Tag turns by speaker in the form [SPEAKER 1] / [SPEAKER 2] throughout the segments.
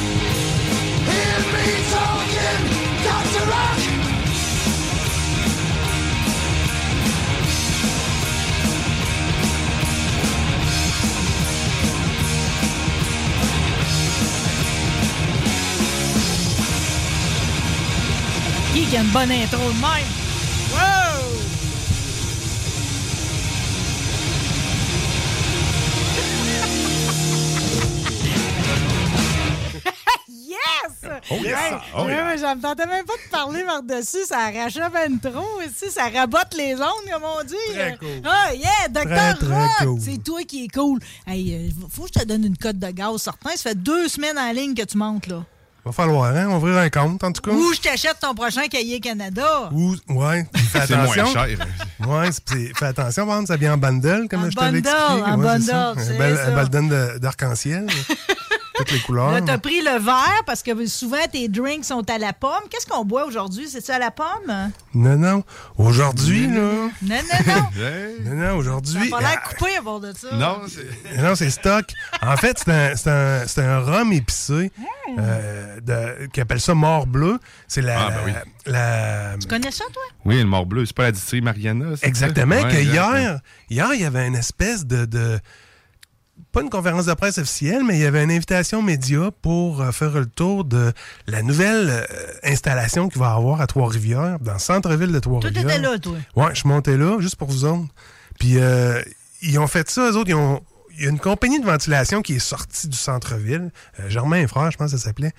[SPEAKER 1] Hear me talking, Dr. Rock.
[SPEAKER 2] Qui qui a une bonne intro de même? Wow! yes!
[SPEAKER 3] Oh, yes!
[SPEAKER 2] Hey,
[SPEAKER 3] Oh,
[SPEAKER 2] ouais,
[SPEAKER 3] yeah.
[SPEAKER 2] ouais, je me tentais même pas de parler par-dessus, ça arrache ben trop ici, ça rabote les ondes, comme on dit.
[SPEAKER 3] Très cool.
[SPEAKER 2] Ah, yeah,
[SPEAKER 3] Très,
[SPEAKER 2] Docteur
[SPEAKER 3] très
[SPEAKER 2] Rock!
[SPEAKER 3] cool.
[SPEAKER 2] C'est toi qui es cool. Hey, euh, faut que je te donne une cote de gaz certain. Ça fait deux semaines en ligne que tu montes, là.
[SPEAKER 3] Va falloir, hein, ouvrir un compte, en tout cas.
[SPEAKER 2] Ou je t'achète ton prochain cahier Canada.
[SPEAKER 3] Ou, ouais, fais
[SPEAKER 4] C'est
[SPEAKER 3] attention.
[SPEAKER 4] moins cher.
[SPEAKER 3] Ouais, c'est- c'est- fais attention, par contre, ça vient en bundle, comme
[SPEAKER 2] En
[SPEAKER 3] je t'avais
[SPEAKER 2] bundle,
[SPEAKER 3] expliqué.
[SPEAKER 2] en
[SPEAKER 3] Ouais, c'est ça.
[SPEAKER 2] bundle, c'est
[SPEAKER 3] Un bel-
[SPEAKER 2] ça.
[SPEAKER 3] Un bundle de- d'arc-en-ciel. Toutes les couleurs.
[SPEAKER 2] Là, t'as pris le verre parce que souvent tes drinks sont à la pomme. Qu'est-ce qu'on boit aujourd'hui? C'est-tu à la pomme?
[SPEAKER 3] Non, non. Aujourd'hui, là.
[SPEAKER 2] Non, non, non.
[SPEAKER 4] Hey.
[SPEAKER 3] Non, non, aujourd'hui.
[SPEAKER 2] Ça a pas l'air coupé à bord de ça.
[SPEAKER 4] Non, c'est.
[SPEAKER 3] Ah, Non, c'est stock. En fait, c'est un, c'est un, c'est un rhum épicé
[SPEAKER 2] Hmm.
[SPEAKER 3] euh, de- qui appelle ça mort bleu. C'est la.
[SPEAKER 4] Ah, ben oui.
[SPEAKER 3] la
[SPEAKER 2] Tu connais ça, toi?
[SPEAKER 4] Oui, le mort bleu, c'est pas la distillerie Mariana. c'est
[SPEAKER 3] Exactement.
[SPEAKER 4] ça?
[SPEAKER 3] que
[SPEAKER 4] Ouais, exact.
[SPEAKER 3] hier, hier, il y avait une espèce de, de- Pas une conférence de presse officielle, mais il y avait une invitation média pour euh, faire le tour de la nouvelle euh, installation qu'il va avoir à Trois-Rivières, dans le centre-ville de
[SPEAKER 2] Toi,
[SPEAKER 3] Trois-Rivières.
[SPEAKER 2] t'étais là, toi.
[SPEAKER 3] Ouais, je suis monté là, juste pour vous autres. Puis, euh, ils ont fait ça, eux autres. Ils ont... Il y a une compagnie de ventilation qui est sortie du centre-ville. euh, Germain et Frères, je pense que ça s'appelait.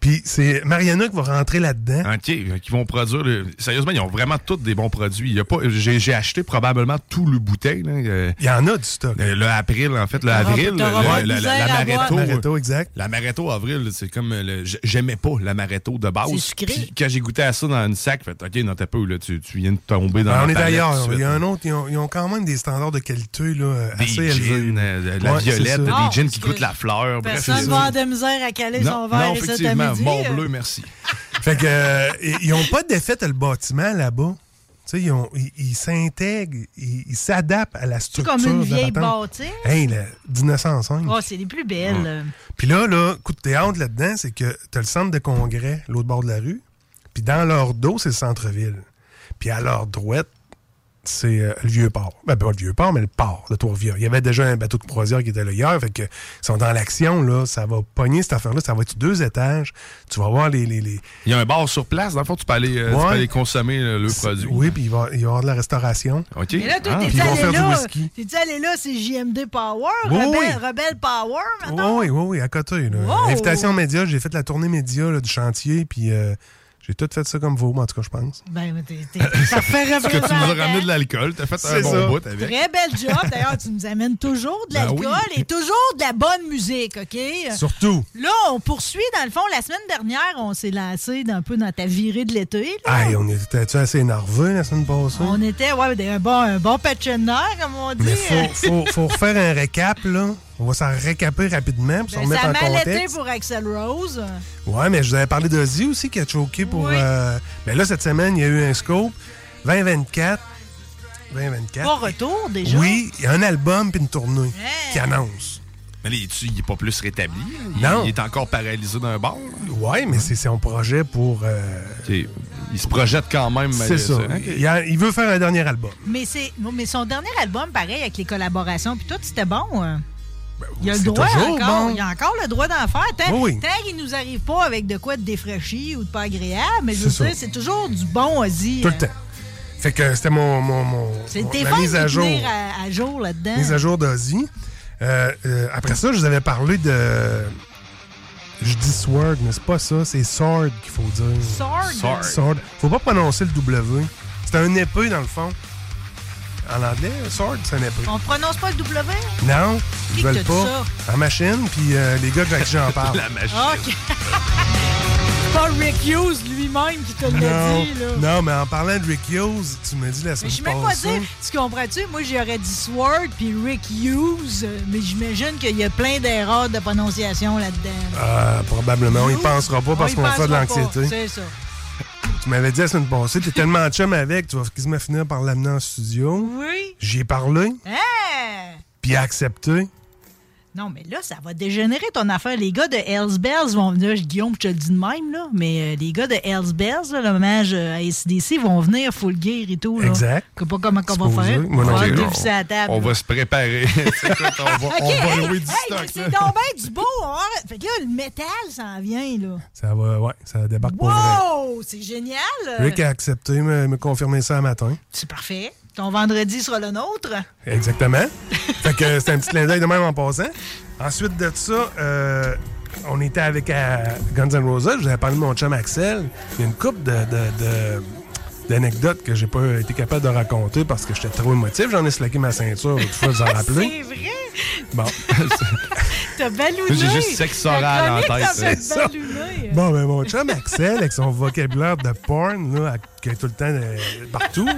[SPEAKER 3] Puis, c'est Mariana qui va rentrer là-dedans.
[SPEAKER 4] OK, euh, qui vont produire. le- Sérieusement, ils ont vraiment tous des bons produits. Il y a pas... j'ai, j'ai acheté probablement tout le bouteille. là, euh,
[SPEAKER 3] Il y en a du stock.
[SPEAKER 4] euh, le avril, en fait, le
[SPEAKER 2] T'auras-
[SPEAKER 4] avril,
[SPEAKER 2] t'auras
[SPEAKER 4] le-
[SPEAKER 2] pas de
[SPEAKER 4] la, la,
[SPEAKER 2] misère à
[SPEAKER 4] Maretto, euh,
[SPEAKER 2] boire.
[SPEAKER 3] Maretto, exact.
[SPEAKER 4] La Maretto avril, c'est comme euh, le- j- j'aimais pas la Maretto de base.
[SPEAKER 2] C'est sucré.
[SPEAKER 4] Puis quand j'ai goûté à ça dans une sac, fait OK, non t'as pas là, tu, tu viens de tomber dans
[SPEAKER 3] Ben,
[SPEAKER 4] la
[SPEAKER 3] on est
[SPEAKER 4] palette tout
[SPEAKER 3] ailleurs.
[SPEAKER 4] de
[SPEAKER 3] Il y a
[SPEAKER 4] suite.
[SPEAKER 3] un autre. Ils ont, ils ont quand même des standards de qualité là, euh,
[SPEAKER 4] des
[SPEAKER 3] assez élevés.
[SPEAKER 4] jeans, euh, de la
[SPEAKER 3] Ouais, c'est
[SPEAKER 4] violette, des
[SPEAKER 3] ça.
[SPEAKER 2] Ah,
[SPEAKER 4] jeans
[SPEAKER 2] parce
[SPEAKER 4] qui
[SPEAKER 2] que
[SPEAKER 4] goûtent la fleur, bref,
[SPEAKER 2] Personne
[SPEAKER 4] c'est
[SPEAKER 2] va
[SPEAKER 4] ça.
[SPEAKER 2] avoir de misère à caler son
[SPEAKER 4] Non,
[SPEAKER 2] verre
[SPEAKER 4] non,
[SPEAKER 2] et ça, t'as
[SPEAKER 4] effectivement,
[SPEAKER 2] midi.
[SPEAKER 4] mont
[SPEAKER 2] euh,
[SPEAKER 4] bleu, merci.
[SPEAKER 3] Fait que, euh, ils- ils n'ont pas de défaite le bâtiment là-bas. Tu sais, ils ont- ils ils s'intègrent, ils ils s'adaptent à la
[SPEAKER 2] C'est
[SPEAKER 3] structure.
[SPEAKER 2] comme une
[SPEAKER 3] de la
[SPEAKER 2] vieille
[SPEAKER 3] patente.
[SPEAKER 2] bâtisse.
[SPEAKER 3] Hey, le 1905.
[SPEAKER 2] Oh, c'est les plus belles. euh.
[SPEAKER 4] Ah.
[SPEAKER 3] Puis là, là, coup de théâtre là-dedans, c'est que tu as le centre de congrès, l'autre bord de la rue. Puis dans leur dos, c'est le centre-ville. Puis à leur droite, c'est euh, le vieux port. Ben, pas le vieux port, mais le port de Trois-Rivières. Il y avait déjà un bateau de croisière qui était là hier. Fait que ils sont dans l'action, là. Ça va pogner cette affaire-là. Ça va être deux étages. Tu vas voir les. les, les-
[SPEAKER 4] Il y a un bar sur place, dans le fond, tu peux aller, euh, tu
[SPEAKER 3] Ouais.
[SPEAKER 4] peux aller consommer euh, le produit.
[SPEAKER 3] Oui, puis il va, il va y avoir de la restauration.
[SPEAKER 4] OK.
[SPEAKER 2] Mais là, toi,
[SPEAKER 4] Ah.
[SPEAKER 3] puis
[SPEAKER 2] t'es
[SPEAKER 3] ils vont
[SPEAKER 2] allé
[SPEAKER 3] faire du
[SPEAKER 2] là.
[SPEAKER 3] whisky.
[SPEAKER 2] T'es allé là, c'est JMD Power,
[SPEAKER 3] Oui,
[SPEAKER 2] Rebelle,
[SPEAKER 3] oui.
[SPEAKER 2] Rebelle Power, maintenant.
[SPEAKER 3] Oui, oui, oui, à côté. là.
[SPEAKER 2] Ah Wow!
[SPEAKER 3] Invitation média, j'ai fait la tournée média là, du chantier, puis euh, j'ai tout fait ça comme vous, en tout cas, je pense.
[SPEAKER 2] Ben, t'es- t'es- ça fait
[SPEAKER 4] que tu nous as
[SPEAKER 2] représentant.
[SPEAKER 4] ramené de l'alcool, t'as fait un
[SPEAKER 3] C'est
[SPEAKER 4] bon
[SPEAKER 3] ça.
[SPEAKER 4] bout avec.
[SPEAKER 2] Très belle job. D'ailleurs, tu nous amènes toujours de
[SPEAKER 4] Ben
[SPEAKER 2] l'alcool
[SPEAKER 4] oui.
[SPEAKER 2] et toujours de la bonne musique, OK?
[SPEAKER 3] Surtout.
[SPEAKER 2] Là, on poursuit, dans le fond, la semaine dernière, on s'est lancé d'un peu dans ta virée de l'été. là.
[SPEAKER 3] Aïe, on était-tu assez énervé la semaine passée?
[SPEAKER 2] On était, ouais, des- un bon, un bon patcheneur, comme on dit. Euh,
[SPEAKER 3] Mais faut, faut, faut refaire un récap, là. On va s'en récaper rapidement pour se
[SPEAKER 2] Ben,
[SPEAKER 3] remettre
[SPEAKER 2] ça
[SPEAKER 3] en
[SPEAKER 2] a mal été
[SPEAKER 3] contexte. Ah.
[SPEAKER 2] pour Axel Rose.
[SPEAKER 3] Ouais, mais je vous avais parlé d'Ozzy aussi qui a choqué pour.
[SPEAKER 2] Oui.
[SPEAKER 3] euh, Mais là, cette semaine, il y a eu un scope. 2024. 2024.
[SPEAKER 2] Bon retour, déjà.
[SPEAKER 3] Oui, il y a un album puis une tournée
[SPEAKER 2] Hey.
[SPEAKER 3] qui annonce.
[SPEAKER 4] Mais là, il est- il est pas plus rétabli. là? Il,
[SPEAKER 3] Non.
[SPEAKER 4] Il est encore paralysé d'un bar. là?
[SPEAKER 3] Ouais, mais c'est c'est son projet pour. euh,
[SPEAKER 4] OK. il se projette quand même.
[SPEAKER 3] C'est
[SPEAKER 4] euh,
[SPEAKER 3] ça.
[SPEAKER 4] ok.
[SPEAKER 3] Il, a- il veut faire un dernier album.
[SPEAKER 2] Mais, c'est, non, mais son dernier album, pareil, avec les collaborations, puis tout, c'était bon. hein. Il a le
[SPEAKER 3] c'est
[SPEAKER 2] droit
[SPEAKER 3] toujours
[SPEAKER 2] encore.
[SPEAKER 3] bon.
[SPEAKER 2] Il a encore le droit d'en faire. Tant,
[SPEAKER 3] Oui, oui.
[SPEAKER 2] tant qu'il nous arrive pas avec de quoi de défraîchi ou de pas agréable, mais je veux
[SPEAKER 3] C'est
[SPEAKER 2] dire,
[SPEAKER 3] ça.
[SPEAKER 2] c'est toujours du bon Ozzy.
[SPEAKER 3] Tout le
[SPEAKER 2] euh.
[SPEAKER 3] temps. Fait que c'était mon, mon, mon, mon-
[SPEAKER 2] C'était
[SPEAKER 3] la
[SPEAKER 2] fun
[SPEAKER 3] mise à
[SPEAKER 2] de
[SPEAKER 3] jour.
[SPEAKER 2] tenir à, à jour là-dedans.
[SPEAKER 3] Mise à jour d'Ozzy. Euh, euh, après ça, je vous avais parlé de. Je dis Sword, mais c'est pas ça, c'est Sword qu'il faut dire.
[SPEAKER 2] Sword.
[SPEAKER 4] Sword.
[SPEAKER 3] Sword. Faut pas prononcer le W. C'est un épée dans le fond. En anglais, Sword, c'est un épée.
[SPEAKER 2] On prononce pas le W?
[SPEAKER 3] Non,
[SPEAKER 2] Qui
[SPEAKER 3] ils veulent
[SPEAKER 2] t'a dit
[SPEAKER 3] pas. En machine, puis euh, les gars avec qui j'en parle.
[SPEAKER 4] La machine.
[SPEAKER 2] OK. C'est pas Rick Hughes lui-même qui te l'a
[SPEAKER 3] non,
[SPEAKER 2] dit, là.
[SPEAKER 3] non, mais en parlant de Rick Hughes, tu me dis la
[SPEAKER 2] Mais
[SPEAKER 3] semaine
[SPEAKER 2] je sais même pas
[SPEAKER 3] passée.
[SPEAKER 2] dire, tu comprends-tu? Moi, j'aurais dit Sword puis Rick Hughes, euh, mais j'imagine qu'il y a plein d'erreurs de prononciation là-dedans.
[SPEAKER 3] Ah, probablement, on y
[SPEAKER 2] Hughes,
[SPEAKER 3] pensera pas parce
[SPEAKER 2] on y
[SPEAKER 3] qu'on fait de
[SPEAKER 2] pensera pas,
[SPEAKER 3] l'anxiété.
[SPEAKER 2] C'est ça.
[SPEAKER 3] Tu m'avais dit la semaine passée, t'es tellement chum avec, tu vas quasiment finir par l'amener en studio.
[SPEAKER 2] Oui.
[SPEAKER 3] J'y ai parlé,
[SPEAKER 2] Hein?
[SPEAKER 3] puis il a accepté.
[SPEAKER 2] Non, mais là, ça va dégénérer ton affaire. Les gars de Hells Bells vont venir. Guillaume, je te le dis de même, là. Mais euh, les gars de Hells Bells, là, l'hommage euh, à SDC, vont venir full gear et tout. Là.
[SPEAKER 3] Exact.
[SPEAKER 2] Je sais pas comment on va
[SPEAKER 3] Supposé.
[SPEAKER 2] faire.
[SPEAKER 3] Moi non
[SPEAKER 2] on va
[SPEAKER 3] plus.
[SPEAKER 2] deux
[SPEAKER 4] On-
[SPEAKER 2] fils à la table.
[SPEAKER 4] On
[SPEAKER 2] là.
[SPEAKER 4] va se préparer. Écoute, on va,
[SPEAKER 2] OK,
[SPEAKER 4] on va
[SPEAKER 2] hey,
[SPEAKER 4] louer du
[SPEAKER 2] hey,
[SPEAKER 4] stock.
[SPEAKER 2] C'est donc bien du beau. on va- Fait que là, le métal s'en vient, là.
[SPEAKER 3] Ça va, ouais, ça débarque pour vrai.
[SPEAKER 2] Wow! C'est génial!
[SPEAKER 3] Rick a accepté, me, me confirmer ça un matin.
[SPEAKER 2] C'est parfait. Ton vendredi sera le nôtre.
[SPEAKER 3] Exactement. fait que c'est un petit clin d'œil de même en passant. Ensuite de ça, euh, on était avec euh, Guns N' Roses. J'avais parlé de mon chum Axel. Il y a une couple de, de- de- d'anecdotes que j'ai pas été capable de raconter parce que j'étais trop émotif. J'en ai slaqué ma ceinture. Autrefois, vous en
[SPEAKER 2] Ah, C'est
[SPEAKER 3] rappelez.
[SPEAKER 2] vrai!
[SPEAKER 3] Bon.
[SPEAKER 2] T'as ballonné!
[SPEAKER 4] J'ai juste sexe
[SPEAKER 2] La
[SPEAKER 4] oral en
[SPEAKER 2] chronique,
[SPEAKER 4] tête,
[SPEAKER 2] t'as fait
[SPEAKER 4] c'est
[SPEAKER 3] ça.
[SPEAKER 2] ballonner.
[SPEAKER 3] Bon, ben, mon chum Axel, avec son vocabulaire de porn, là, à- qui est tout le temps euh, partout, là,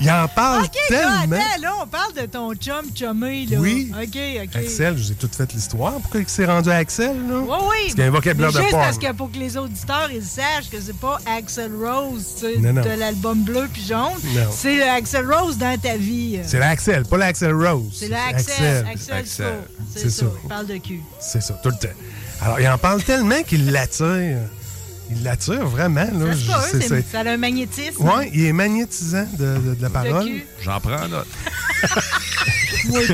[SPEAKER 3] il en parle
[SPEAKER 2] OK, là,
[SPEAKER 3] tellement.
[SPEAKER 2] attends, là, on parle de ton chum chumé, là.
[SPEAKER 3] Oui.
[SPEAKER 2] OK, OK.
[SPEAKER 3] Axel, je vous ai toute fait l'histoire. Pourquoi il s'est rendu à Axel, là?
[SPEAKER 2] Oui, oui.
[SPEAKER 3] Parce qu'il y a un vocabulaire
[SPEAKER 2] Mais
[SPEAKER 3] de
[SPEAKER 2] Juste
[SPEAKER 3] porn.
[SPEAKER 2] parce que pour que les auditeurs, ils sachent que c'est pas Axel Rose, tu sais,
[SPEAKER 3] Non, non.
[SPEAKER 2] de l'album bleu puis jaune.
[SPEAKER 3] Non.
[SPEAKER 2] C'est le Axel Rose dans ta vie.
[SPEAKER 3] C'est l'Axel, pas l'Axel Rose.
[SPEAKER 2] C'est l'Axel. Axel,
[SPEAKER 4] Axel.
[SPEAKER 2] Axel. C'est
[SPEAKER 3] C'est
[SPEAKER 2] ça.
[SPEAKER 3] ça.
[SPEAKER 2] Il parle de cul.
[SPEAKER 3] C'est ça, tout le temps. Alors, il en parle tellement qu'il l'attire. Il l'attire vraiment, là.
[SPEAKER 2] Ça, hein,
[SPEAKER 3] Je-
[SPEAKER 2] c'est pas eux,
[SPEAKER 3] c'est-
[SPEAKER 2] c'est-
[SPEAKER 3] c'est-
[SPEAKER 2] ça a un magnétisme.
[SPEAKER 3] Ouais, il est magnétisant de, de- de la
[SPEAKER 2] Le
[SPEAKER 3] parole.
[SPEAKER 2] cul.
[SPEAKER 4] J'en prends note.
[SPEAKER 2] Moi et tout.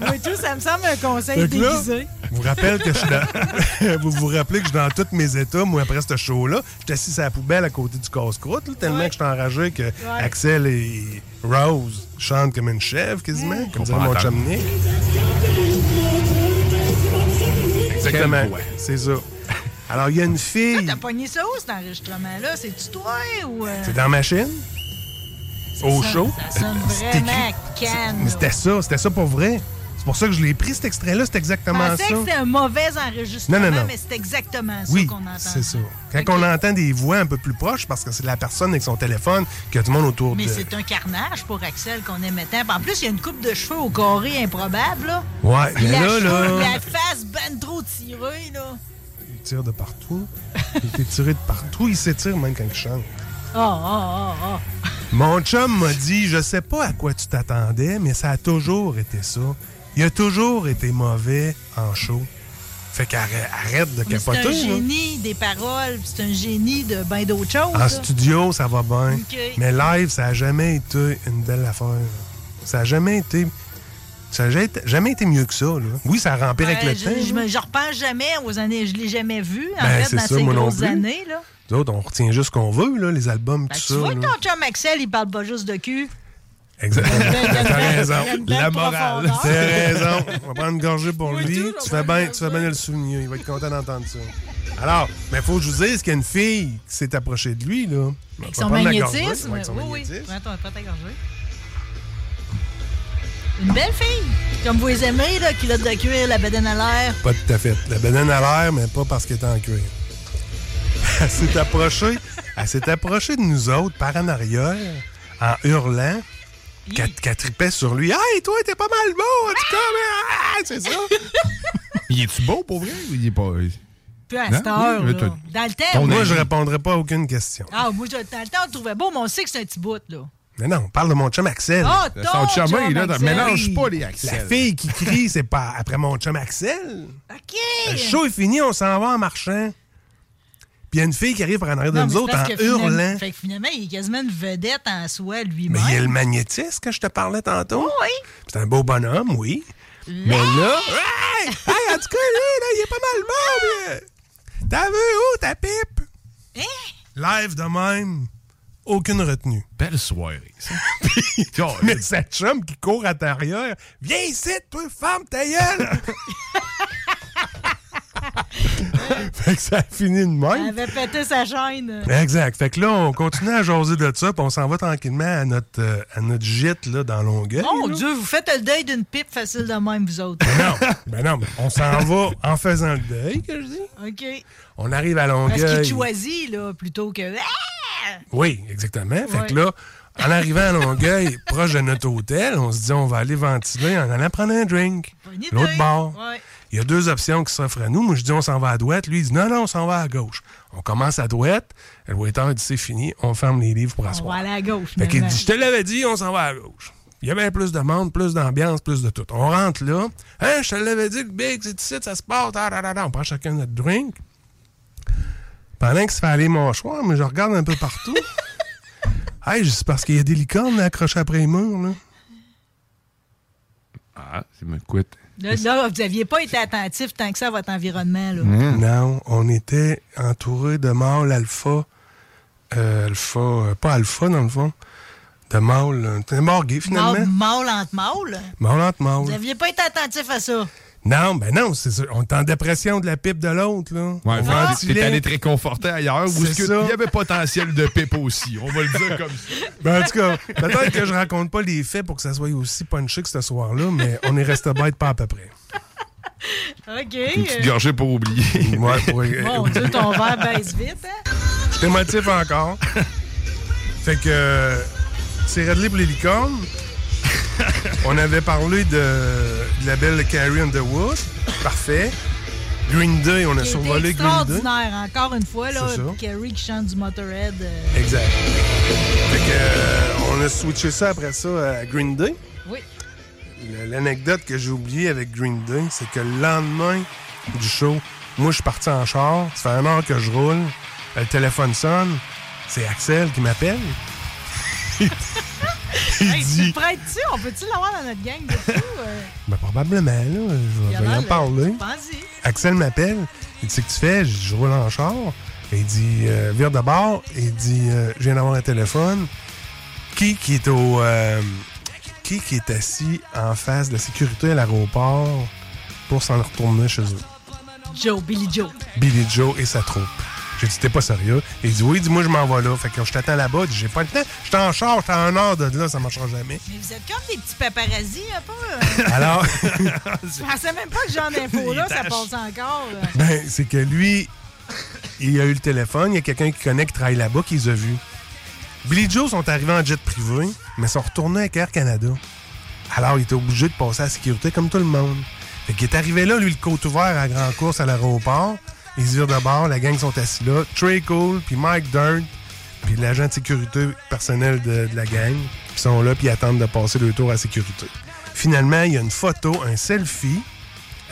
[SPEAKER 2] Moi et tout, ça me semble un conseil
[SPEAKER 3] Fait que là,
[SPEAKER 2] déguisé.
[SPEAKER 3] je vous rappelle que je suis dans... vous vous rappelez que je suis dans tous mes états, moi, après ce show-là. Je suis assis à la poubelle à côté du casse-croûte, là, tellement
[SPEAKER 2] Ouais.
[SPEAKER 3] que je suis enragé que Axel et Rose chantent comme une chèvre, quasiment, comme dirait mon
[SPEAKER 4] Comprends.
[SPEAKER 3] chum Nick. Exactement.
[SPEAKER 4] Quel bois.
[SPEAKER 3] C'est ça. Alors, il y a une fille...
[SPEAKER 2] T'as pogné ça où, cet enregistrement-là? C'est-tu toi ou... euh,
[SPEAKER 3] C'est dans Machine? Au
[SPEAKER 2] ça-
[SPEAKER 3] show? Euh,
[SPEAKER 2] Ça sonne
[SPEAKER 3] C'était
[SPEAKER 2] vraiment
[SPEAKER 3] cru.
[SPEAKER 2] canne.
[SPEAKER 3] Mais
[SPEAKER 2] là.
[SPEAKER 3] c'était ça, c'était ça pour vrai. C'est pour ça que je l'ai pris, cet extrait-là, c'est
[SPEAKER 2] Je
[SPEAKER 3] exactement
[SPEAKER 2] pensais
[SPEAKER 3] ça.
[SPEAKER 2] que c'était un mauvais enregistrement,
[SPEAKER 3] Non, non, non.
[SPEAKER 2] mais c'est exactement ça
[SPEAKER 3] Oui,
[SPEAKER 2] qu'on entend.
[SPEAKER 3] c'est ça. Quand
[SPEAKER 2] Ok.
[SPEAKER 3] on entend des voix un peu plus proches, parce que c'est la personne avec son téléphone, qu'il y a tout le monde autour
[SPEAKER 2] Mais
[SPEAKER 3] de...
[SPEAKER 2] c'est un carnage pour Axel qu'on aimait tant. Puis En plus, il y a une coupe de cheveux au carré improbable, là.
[SPEAKER 3] Ouais,
[SPEAKER 2] Puis
[SPEAKER 3] mais
[SPEAKER 2] la,
[SPEAKER 3] là,
[SPEAKER 2] cheveux-
[SPEAKER 3] là,
[SPEAKER 2] la face ben trop tirée, là.
[SPEAKER 3] il tire de partout. Il était tiré de partout. Il s'étire même quand il chante.
[SPEAKER 2] Oh, oh, oh,
[SPEAKER 3] Mon chum m'a dit, je sais pas à quoi tu t'attendais, mais ça a toujours été ça. Il a toujours été mauvais en show. Fait qu'arrête arrête de
[SPEAKER 2] oh. Mais C'est un
[SPEAKER 3] capoter. là.
[SPEAKER 2] génie des paroles, puis c'est un génie de ben d'autres choses.
[SPEAKER 3] En
[SPEAKER 2] là.
[SPEAKER 3] studio, ça va bien.
[SPEAKER 2] Ok.
[SPEAKER 3] Mais live, ça a jamais été une belle affaire. Ça a jamais été. Ça a jamais été- jamais été mieux que ça. Là. Oui, ça a rempli avec
[SPEAKER 2] Ouais,
[SPEAKER 3] le
[SPEAKER 2] je,
[SPEAKER 3] temps.
[SPEAKER 2] je,
[SPEAKER 3] là.
[SPEAKER 2] me- je repense jamais aux années, je l'ai jamais vu, en
[SPEAKER 3] Ben,
[SPEAKER 2] fait,
[SPEAKER 3] c'est
[SPEAKER 2] dans
[SPEAKER 3] ça,
[SPEAKER 2] ces
[SPEAKER 3] moi non
[SPEAKER 2] grosses
[SPEAKER 3] plus.
[SPEAKER 2] années, là.
[SPEAKER 3] Nous autres, on retient juste ce qu'on veut, là, les albums,
[SPEAKER 2] Fait
[SPEAKER 3] tout
[SPEAKER 2] que
[SPEAKER 3] ça.
[SPEAKER 2] Ben, tu vois que
[SPEAKER 3] là.
[SPEAKER 2] ton chum Axel, il parle pas juste de cul. Ben,
[SPEAKER 3] Exactement.
[SPEAKER 2] Il y a une
[SPEAKER 3] T'as
[SPEAKER 2] belle-
[SPEAKER 3] raison.
[SPEAKER 2] il y a une belle
[SPEAKER 4] La morale.
[SPEAKER 2] profondeur.
[SPEAKER 3] T'as raison. On va prendre une gorgée pour
[SPEAKER 2] Moi,
[SPEAKER 3] lui.
[SPEAKER 2] tout, on
[SPEAKER 3] Tu
[SPEAKER 2] va
[SPEAKER 3] fais bien
[SPEAKER 2] prendre
[SPEAKER 3] tu fais bien de le souvenir. Il va être content d'entendre ça. Alors, mais faut que je vous dise qu'il y a une fille qui s'est approchée de lui. Là. On va
[SPEAKER 2] Avec son
[SPEAKER 3] prendre la
[SPEAKER 2] magnétisme.
[SPEAKER 3] gorgée. Ouais, avec son
[SPEAKER 2] oui, oui.
[SPEAKER 3] magnétisme.
[SPEAKER 2] Prends ton- prends ta gorgée. Une belle fille. Comme vous les aimez, là, culotte de cuir, la bedaine à l'air.
[SPEAKER 3] Pas tout à fait. La banane à l'air, mais pas parce qu'elle est en cuir. Elle s'est approchée, elle s'est approchée de nous autres par en arrière en hurlant qu'elle qu'elle tripait sur lui. Hey, toi, t'es pas mal beau, en tout cas, mais, ah, c'est ça.
[SPEAKER 4] Il est-tu beau pour vrai ou il est pas.
[SPEAKER 2] Puis à
[SPEAKER 3] Hein?
[SPEAKER 4] Non,
[SPEAKER 2] cette heure, là,
[SPEAKER 4] oui, mais
[SPEAKER 2] dans le
[SPEAKER 4] ton
[SPEAKER 2] temps.
[SPEAKER 3] Moi,
[SPEAKER 4] avis.
[SPEAKER 3] je répondrais pas à aucune question.
[SPEAKER 2] Ah, moi, je- dans le temps, on le trouvait beau, mais on sait que c'est un petit bout, là.
[SPEAKER 3] Mais non, on parle de mon chum Axel.
[SPEAKER 2] Ah,
[SPEAKER 4] Le
[SPEAKER 2] ton
[SPEAKER 4] son
[SPEAKER 2] chum,
[SPEAKER 4] chumé, là,
[SPEAKER 2] Axel.
[SPEAKER 4] mélange pas les
[SPEAKER 3] La
[SPEAKER 4] Axel.
[SPEAKER 3] fille qui crie, c'est pas après mon chum Axel.
[SPEAKER 2] OK.
[SPEAKER 3] Le show est fini, on s'en va en marchant. Puis il y a une fille qui arrive par en arrière de
[SPEAKER 2] Non, mais
[SPEAKER 3] nous
[SPEAKER 2] c'est
[SPEAKER 3] autres
[SPEAKER 2] parce
[SPEAKER 3] en
[SPEAKER 2] que finalement-
[SPEAKER 3] hurlant.
[SPEAKER 2] Fait que finalement, il est quasiment une vedette en soi
[SPEAKER 3] Mais il y a le
[SPEAKER 2] lui-même.
[SPEAKER 3] magnétisme que je te parlais tantôt.
[SPEAKER 2] Oh, Oui.
[SPEAKER 3] C'est un beau bonhomme, oui. Mais là, hey! Hey, en tout cas, lui, là, il est pas
[SPEAKER 2] Ah!
[SPEAKER 3] mal mort. mais- T'as vu où ta pipe?
[SPEAKER 2] Hein?
[SPEAKER 3] Live de même, aucune retenue.
[SPEAKER 4] Belle soirée, ça. God,
[SPEAKER 3] Mais sa chum qui court à l'arrière, viens ici, toi, femme ta gueule! fait que ça a fini de
[SPEAKER 2] Elle
[SPEAKER 3] même.
[SPEAKER 2] avait pété sa chaîne.
[SPEAKER 3] Exact. Fait que là, on continue à jaser de ça, puis on s'en va tranquillement à notre, euh, à notre gîte là, dans Longueuil.
[SPEAKER 2] Mon
[SPEAKER 3] là.
[SPEAKER 2] Dieu, vous faites le deuil d'une pipe facile de même, vous autres.
[SPEAKER 3] Non, ben non, mais on s'en va en faisant le deuil, que je dis.
[SPEAKER 2] OK.
[SPEAKER 3] On arrive à Longueuil.
[SPEAKER 2] Parce qu'il choisit, là, plutôt que. Ah!
[SPEAKER 3] Oui, exactement. Fait
[SPEAKER 2] Ouais.
[SPEAKER 3] que là, en arrivant à Longueuil, proche de notre hôtel, on se dit on va aller ventiler en allant prendre un drink.
[SPEAKER 2] Bonne idée.
[SPEAKER 3] L'autre bord.
[SPEAKER 2] Ouais.
[SPEAKER 3] Il y a deux options qui s'offrent à nous. Moi, je dis on s'en va à droite. Lui, il dit non, non, on s'en va à gauche. On commence à droite. Le waiter dit c'est fini. On ferme les livres pour
[SPEAKER 2] On
[SPEAKER 3] asseoir.
[SPEAKER 2] va aller à gauche.
[SPEAKER 3] Fait qu'il
[SPEAKER 2] finalement.
[SPEAKER 3] dit, je te l'avais dit, on s'en va à gauche. Il y avait plus de monde, plus d'ambiance, plus de tout. On rentre là. Hein, je te l'avais dit, le big, c'est ici, ça se passe. Ah, ah, ah, ah. On prend chacun notre drink. Pendant que se fait aller mon choix, mais je regarde un peu partout. hey, je dis, c'est parce qu'il y a des licornes là, accrochées après les murs, là.
[SPEAKER 4] Ah, c'est me quitte.
[SPEAKER 2] Là, là, vous n'aviez pas été attentif tant que ça à votre environnement.
[SPEAKER 3] Mmh.
[SPEAKER 2] Là.
[SPEAKER 3] Non, on était entouré de mâles alpha. euh, alpha, euh, pas alpha dans le fond. De mâles. euh, T'es morgué finalement.
[SPEAKER 2] Mâle, mâle entre mâle.
[SPEAKER 3] Mâle entre mâles.
[SPEAKER 2] Vous n'aviez pas été attentif à ça.
[SPEAKER 3] Non, ben non, c'est sûr. On est en dépression de la pipe de l'autre, là.
[SPEAKER 4] Ouais,
[SPEAKER 3] on
[SPEAKER 4] vous-
[SPEAKER 3] ventilait.
[SPEAKER 4] t'es allé te réconforter ailleurs où
[SPEAKER 3] C'est
[SPEAKER 4] est-ce que-
[SPEAKER 3] ça.
[SPEAKER 4] il y avait potentiel de pipe aussi. On va le dire comme ça.
[SPEAKER 3] Ben, en tout cas, peut-être que je raconte pas les faits pour que ça soit aussi punché que ce soir-là, mais on est resté bête pas à peu près.
[SPEAKER 2] OK. Euh,
[SPEAKER 4] Une petite gorgée pour oublier.
[SPEAKER 3] Ouais, pour- euh,
[SPEAKER 2] Mon Dieu, ton verre baisse vite. Hein?
[SPEAKER 3] J'étais motif encore. Fait que euh, c'est Radley pour les licornes. On avait parlé de, de la belle Carrie Underwood. Parfait. Green Day, on a
[SPEAKER 2] Qui était
[SPEAKER 3] survolé Green Day.
[SPEAKER 2] extraordinaire, encore une fois. Là,
[SPEAKER 3] C'est ça.
[SPEAKER 2] Carrie qui chante du Motorhead. euh,
[SPEAKER 3] Exact. Fait que euh, on a switché ça après ça à Green Day.
[SPEAKER 2] oui.
[SPEAKER 3] Le- L'anecdote que j'ai oubliée avec Green Day, c'est que le lendemain du show, moi, je suis parti en char. Ça fait un heure que je roule. euh, Le téléphone sonne. C'est Axel qui m'appelle. Il
[SPEAKER 2] Hey, tu
[SPEAKER 3] dit...
[SPEAKER 2] te prêtes-tu? On peut-tu l'avoir dans notre gang de fous? euh?
[SPEAKER 3] Ben, probablement, là, je
[SPEAKER 2] Il a
[SPEAKER 3] vais- je vais
[SPEAKER 2] l'air,
[SPEAKER 3] en
[SPEAKER 2] là,
[SPEAKER 3] parler.
[SPEAKER 2] Pense-y.
[SPEAKER 3] Axel m'appelle. Il dit, c'est que tu fais? Je dis, Je roule en char. Et il dit, euh, vire de bord. Et il dit, euh, je viens d'avoir un téléphone. Qui qui est au... euh, qui qui est assis en face de la sécurité à l'aéroport pour s'en retourner chez eux?
[SPEAKER 2] Joe, Billy Joe.
[SPEAKER 3] Billy Joe et sa troupe. J'ai dit, t'es pas sérieux? Il dit, oui, dis-moi, je m'en vais là. Fait que je t'attends là-bas. Il dit, J'ai pas le temps. J'étais en char, j'étais en heure de là, ça marchera jamais.
[SPEAKER 2] Mais vous êtes comme des petits paparazzis, un peu. euh.
[SPEAKER 3] Alors,
[SPEAKER 2] Je pensais même pas que ce genre d'infos-là,
[SPEAKER 4] Il
[SPEAKER 2] ça
[SPEAKER 4] tâche.
[SPEAKER 2] passe encore. là.
[SPEAKER 3] ben, c'est que lui, il a eu le téléphone. Il y a quelqu'un qui connaît, qui travaille là-bas, qui les a vus. Billy Joe sont arrivés en jet privé, mais sont retournés avec Air Canada. Alors, il était obligé de passer à la sécurité comme tout le monde. Fait qu'il est arrivé là, lui, le côte ouvert à grand course à l'aéroport. Ils se virent de bord, la gang sont assis là. Trey Cole, puis Mike Dirt, puis l'agent de sécurité personnel de, de la gang, qui sont là, puis ils attendent de passer le tour à la sécurité. Finalement, il y a une photo, un selfie,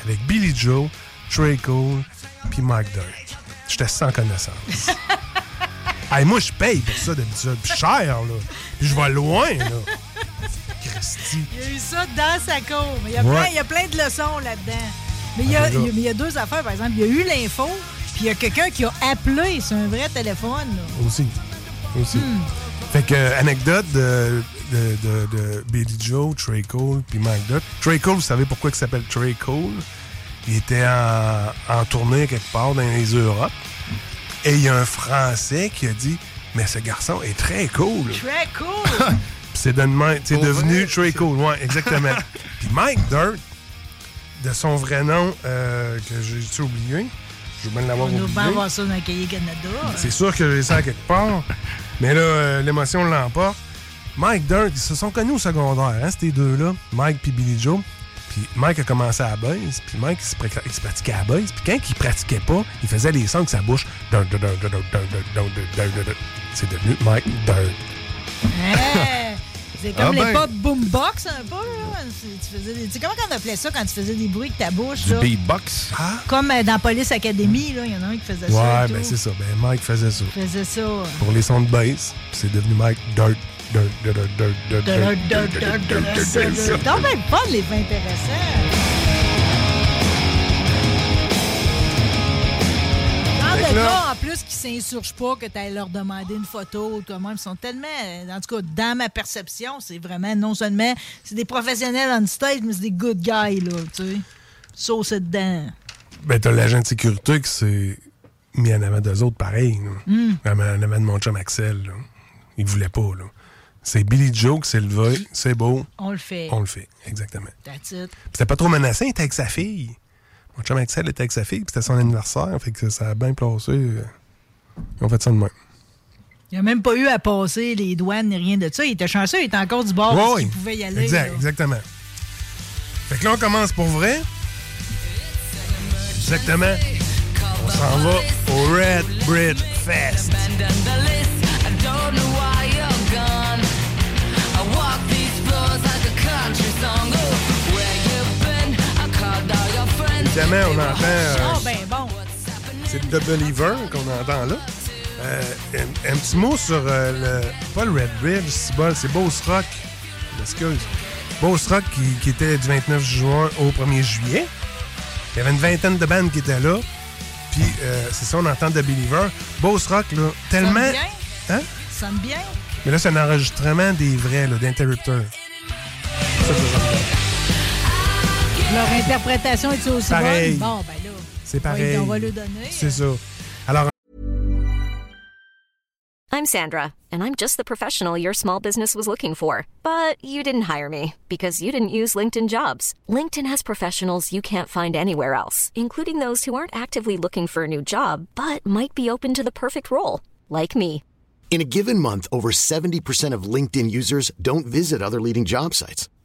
[SPEAKER 3] avec Billy Joe, Trey Cole, puis Mike Dirt. J'étais sans connaissance. hey, moi, je paye pour ça d'habitude. Puis cher, là. Puis je vais loin, là. Christy.
[SPEAKER 2] Il y a eu ça dans sa cour. Mais il y a,
[SPEAKER 3] Ouais.
[SPEAKER 2] plein, il y a plein de leçons là-dedans. Mais il y, a,
[SPEAKER 3] Ah, ben là.
[SPEAKER 2] il y a- mais il y a deux affaires, par exemple. Il y a eu l'info, puis il y a quelqu'un qui a appelé sur un vrai téléphone. là.
[SPEAKER 3] Aussi. Aussi.
[SPEAKER 4] Hmm.
[SPEAKER 3] Fait que, euh, anecdote de, de, de- de Billy Joe, Trey Cole, puis Mike Dutt. Trey Cole, vous savez pourquoi il s'appelle Trey Cole? Il était en, en tournée quelque part dans les Europes. Et il y a un Français qui a dit Mais ce garçon est très cool. Puis
[SPEAKER 2] Très cool!
[SPEAKER 3] C'est de même- c'est
[SPEAKER 4] Pour
[SPEAKER 3] devenu
[SPEAKER 4] vrai,
[SPEAKER 3] Trey Cole. Ouais, exactement. puis Mike Dirt, de son vrai nom, euh, que j'ai oublié, je vais bien l'avoir
[SPEAKER 2] On
[SPEAKER 3] oublié.
[SPEAKER 2] doit bien avoir ça dans le cahier Canada.
[SPEAKER 3] C'est sûr que j'ai ça à quelque part. Mais là, euh, l'émotion l'emporte. Mike Dirk, ils se sont connus au secondaire, hein, ces deux-là, Mike puis Billy Joe. Puis Mike a commencé à la base, puis Mike, il se, prac- il se pratiquait à la base. Puis quand il pratiquait pas, il faisait les sons avec sa bouche. Dun, dun, dun, dun, dun, dun, dun, dun, dun, dun, dun. C'est devenu Mike Dirk.
[SPEAKER 2] Hey! C'est
[SPEAKER 4] Ah
[SPEAKER 2] Hein? comme
[SPEAKER 4] ben.
[SPEAKER 2] les pop boombox, un peu. Là. tu faisais des- tu sais, comment on appelait ça quand tu faisais des bruits avec ta bouche?
[SPEAKER 4] Du
[SPEAKER 2] là?
[SPEAKER 4] beatbox.
[SPEAKER 3] Ah?
[SPEAKER 2] Comme euh, dans Police Academy, là, il y en a un qui faisait ça.
[SPEAKER 3] Ouais,
[SPEAKER 2] et tout.
[SPEAKER 3] ben c'est ça. Ben Mike faisait ça.
[SPEAKER 2] Il faisait ça. euh,
[SPEAKER 3] Pour les sons de bass, puis c'est devenu Mike Dirt. Dirt, dirt, dirt, dirt,
[SPEAKER 2] de leur-
[SPEAKER 3] dirt,
[SPEAKER 2] de leur-
[SPEAKER 3] dirt,
[SPEAKER 2] de
[SPEAKER 3] dirt,
[SPEAKER 2] leur- de leur-
[SPEAKER 3] dirt,
[SPEAKER 2] ça,
[SPEAKER 3] dirt,
[SPEAKER 2] là.
[SPEAKER 3] dirt.
[SPEAKER 2] Donc, ben, pas de ben, les pas intéressants. Tant
[SPEAKER 3] Fait
[SPEAKER 2] de
[SPEAKER 3] que là-
[SPEAKER 2] gars, en plus, qui s'insurgent pas que tu ailles leur demander une photo ou toi-même. Ils sont tellement. euh, En tout cas, dans ma perception, c'est vraiment non seulement. C'est des professionnels on stage, mais c'est des good guys, là, tu sais. Sauce dedans.
[SPEAKER 3] Ben t'as l'agent de sécurité qui s'est mis en avant d'eux autres pareil. là.
[SPEAKER 2] Hmm.
[SPEAKER 3] En avant de mon chum Axel. là. Il voulait pas. là. C'est Billy Joe qui s'est levé. C'est beau.
[SPEAKER 2] On le fait.
[SPEAKER 3] On le fait. Exactement.
[SPEAKER 2] That's it.
[SPEAKER 3] Puis C'était pas trop menaçant, il était avec sa fille. Mon chum Axel était avec sa fille, puis c'était son anniversaire, fait que ça a bien placé. euh, Ils ont fait ça de même.
[SPEAKER 2] Il n'a même pas eu à passer les douanes ni rien de ça. Il était chanceux, il était encore du bord Ah, parce
[SPEAKER 3] Ouais,
[SPEAKER 2] qu'il pouvait y aller.
[SPEAKER 3] Exact,
[SPEAKER 2] là.
[SPEAKER 3] exactement. Fait que là, on commence pour vrai. Exactement. On s'en va au Red Bridge Fest. Évidemment, on entend. euh,
[SPEAKER 2] Ah, ben bon.
[SPEAKER 3] C'est The Believer qu'on entend là. Euh, un, un petit mot sur euh, le. Pas le Red Bridge, c'est bol, c'est Boss Rock. Excuse. Boss Rock qui, qui était du 29 juin au 1er juillet. Il y avait une vingtaine de bandes qui étaient là. Puis, euh, c'est ça, on entend The Believer. Boss Rock, là, tellement.
[SPEAKER 2] bien?
[SPEAKER 3] Hein?
[SPEAKER 2] Ça sonne bien.
[SPEAKER 3] Mais là, c'est un enregistrement des vrais, là, d'Interrupteur. Ça, ça, ça.
[SPEAKER 2] Leur interprétation est aussi
[SPEAKER 3] Pareil.
[SPEAKER 2] bonne? Bon, ben là.
[SPEAKER 3] C'est pareil.
[SPEAKER 2] on va le donner.
[SPEAKER 3] C'est ça. Alors,
[SPEAKER 5] I'm Sandra, and I'm just the professional your small business was looking for. But you didn't hire me because you didn't use LinkedIn jobs. LinkedIn has professionals you can't find anywhere else, including those who aren't actively looking for a new job but might be open to the perfect role, like me.
[SPEAKER 6] In a given month, over 70% of LinkedIn users don't visit other leading job sites.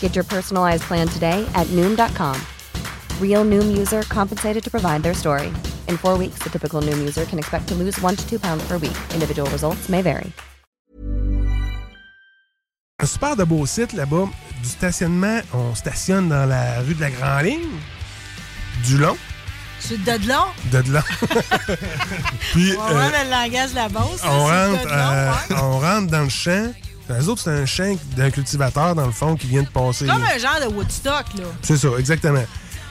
[SPEAKER 7] Get your personalized plan today at Noom.com. Real Noom user compensated to provide their story. In four weeks, the typical Noom user can expect to lose one to two pounds per week. Individual results may vary.
[SPEAKER 3] Un super de beau site là-bas. Du stationnement, on stationne dans la rue de la Grand Ligne. Du long,
[SPEAKER 2] C'est de Dodelon.
[SPEAKER 3] de de long. Puis
[SPEAKER 2] On va
[SPEAKER 3] euh,
[SPEAKER 2] voir le langage de la bosse.
[SPEAKER 3] on, rentre, euh,
[SPEAKER 2] C'est
[SPEAKER 3] on rentre dans le champ. Les autres, c'est un champ d'un cultivateur, dans le fond, qui vient de passer.
[SPEAKER 2] Comme un genre de Woodstock, là.
[SPEAKER 3] C'est ça, exactement.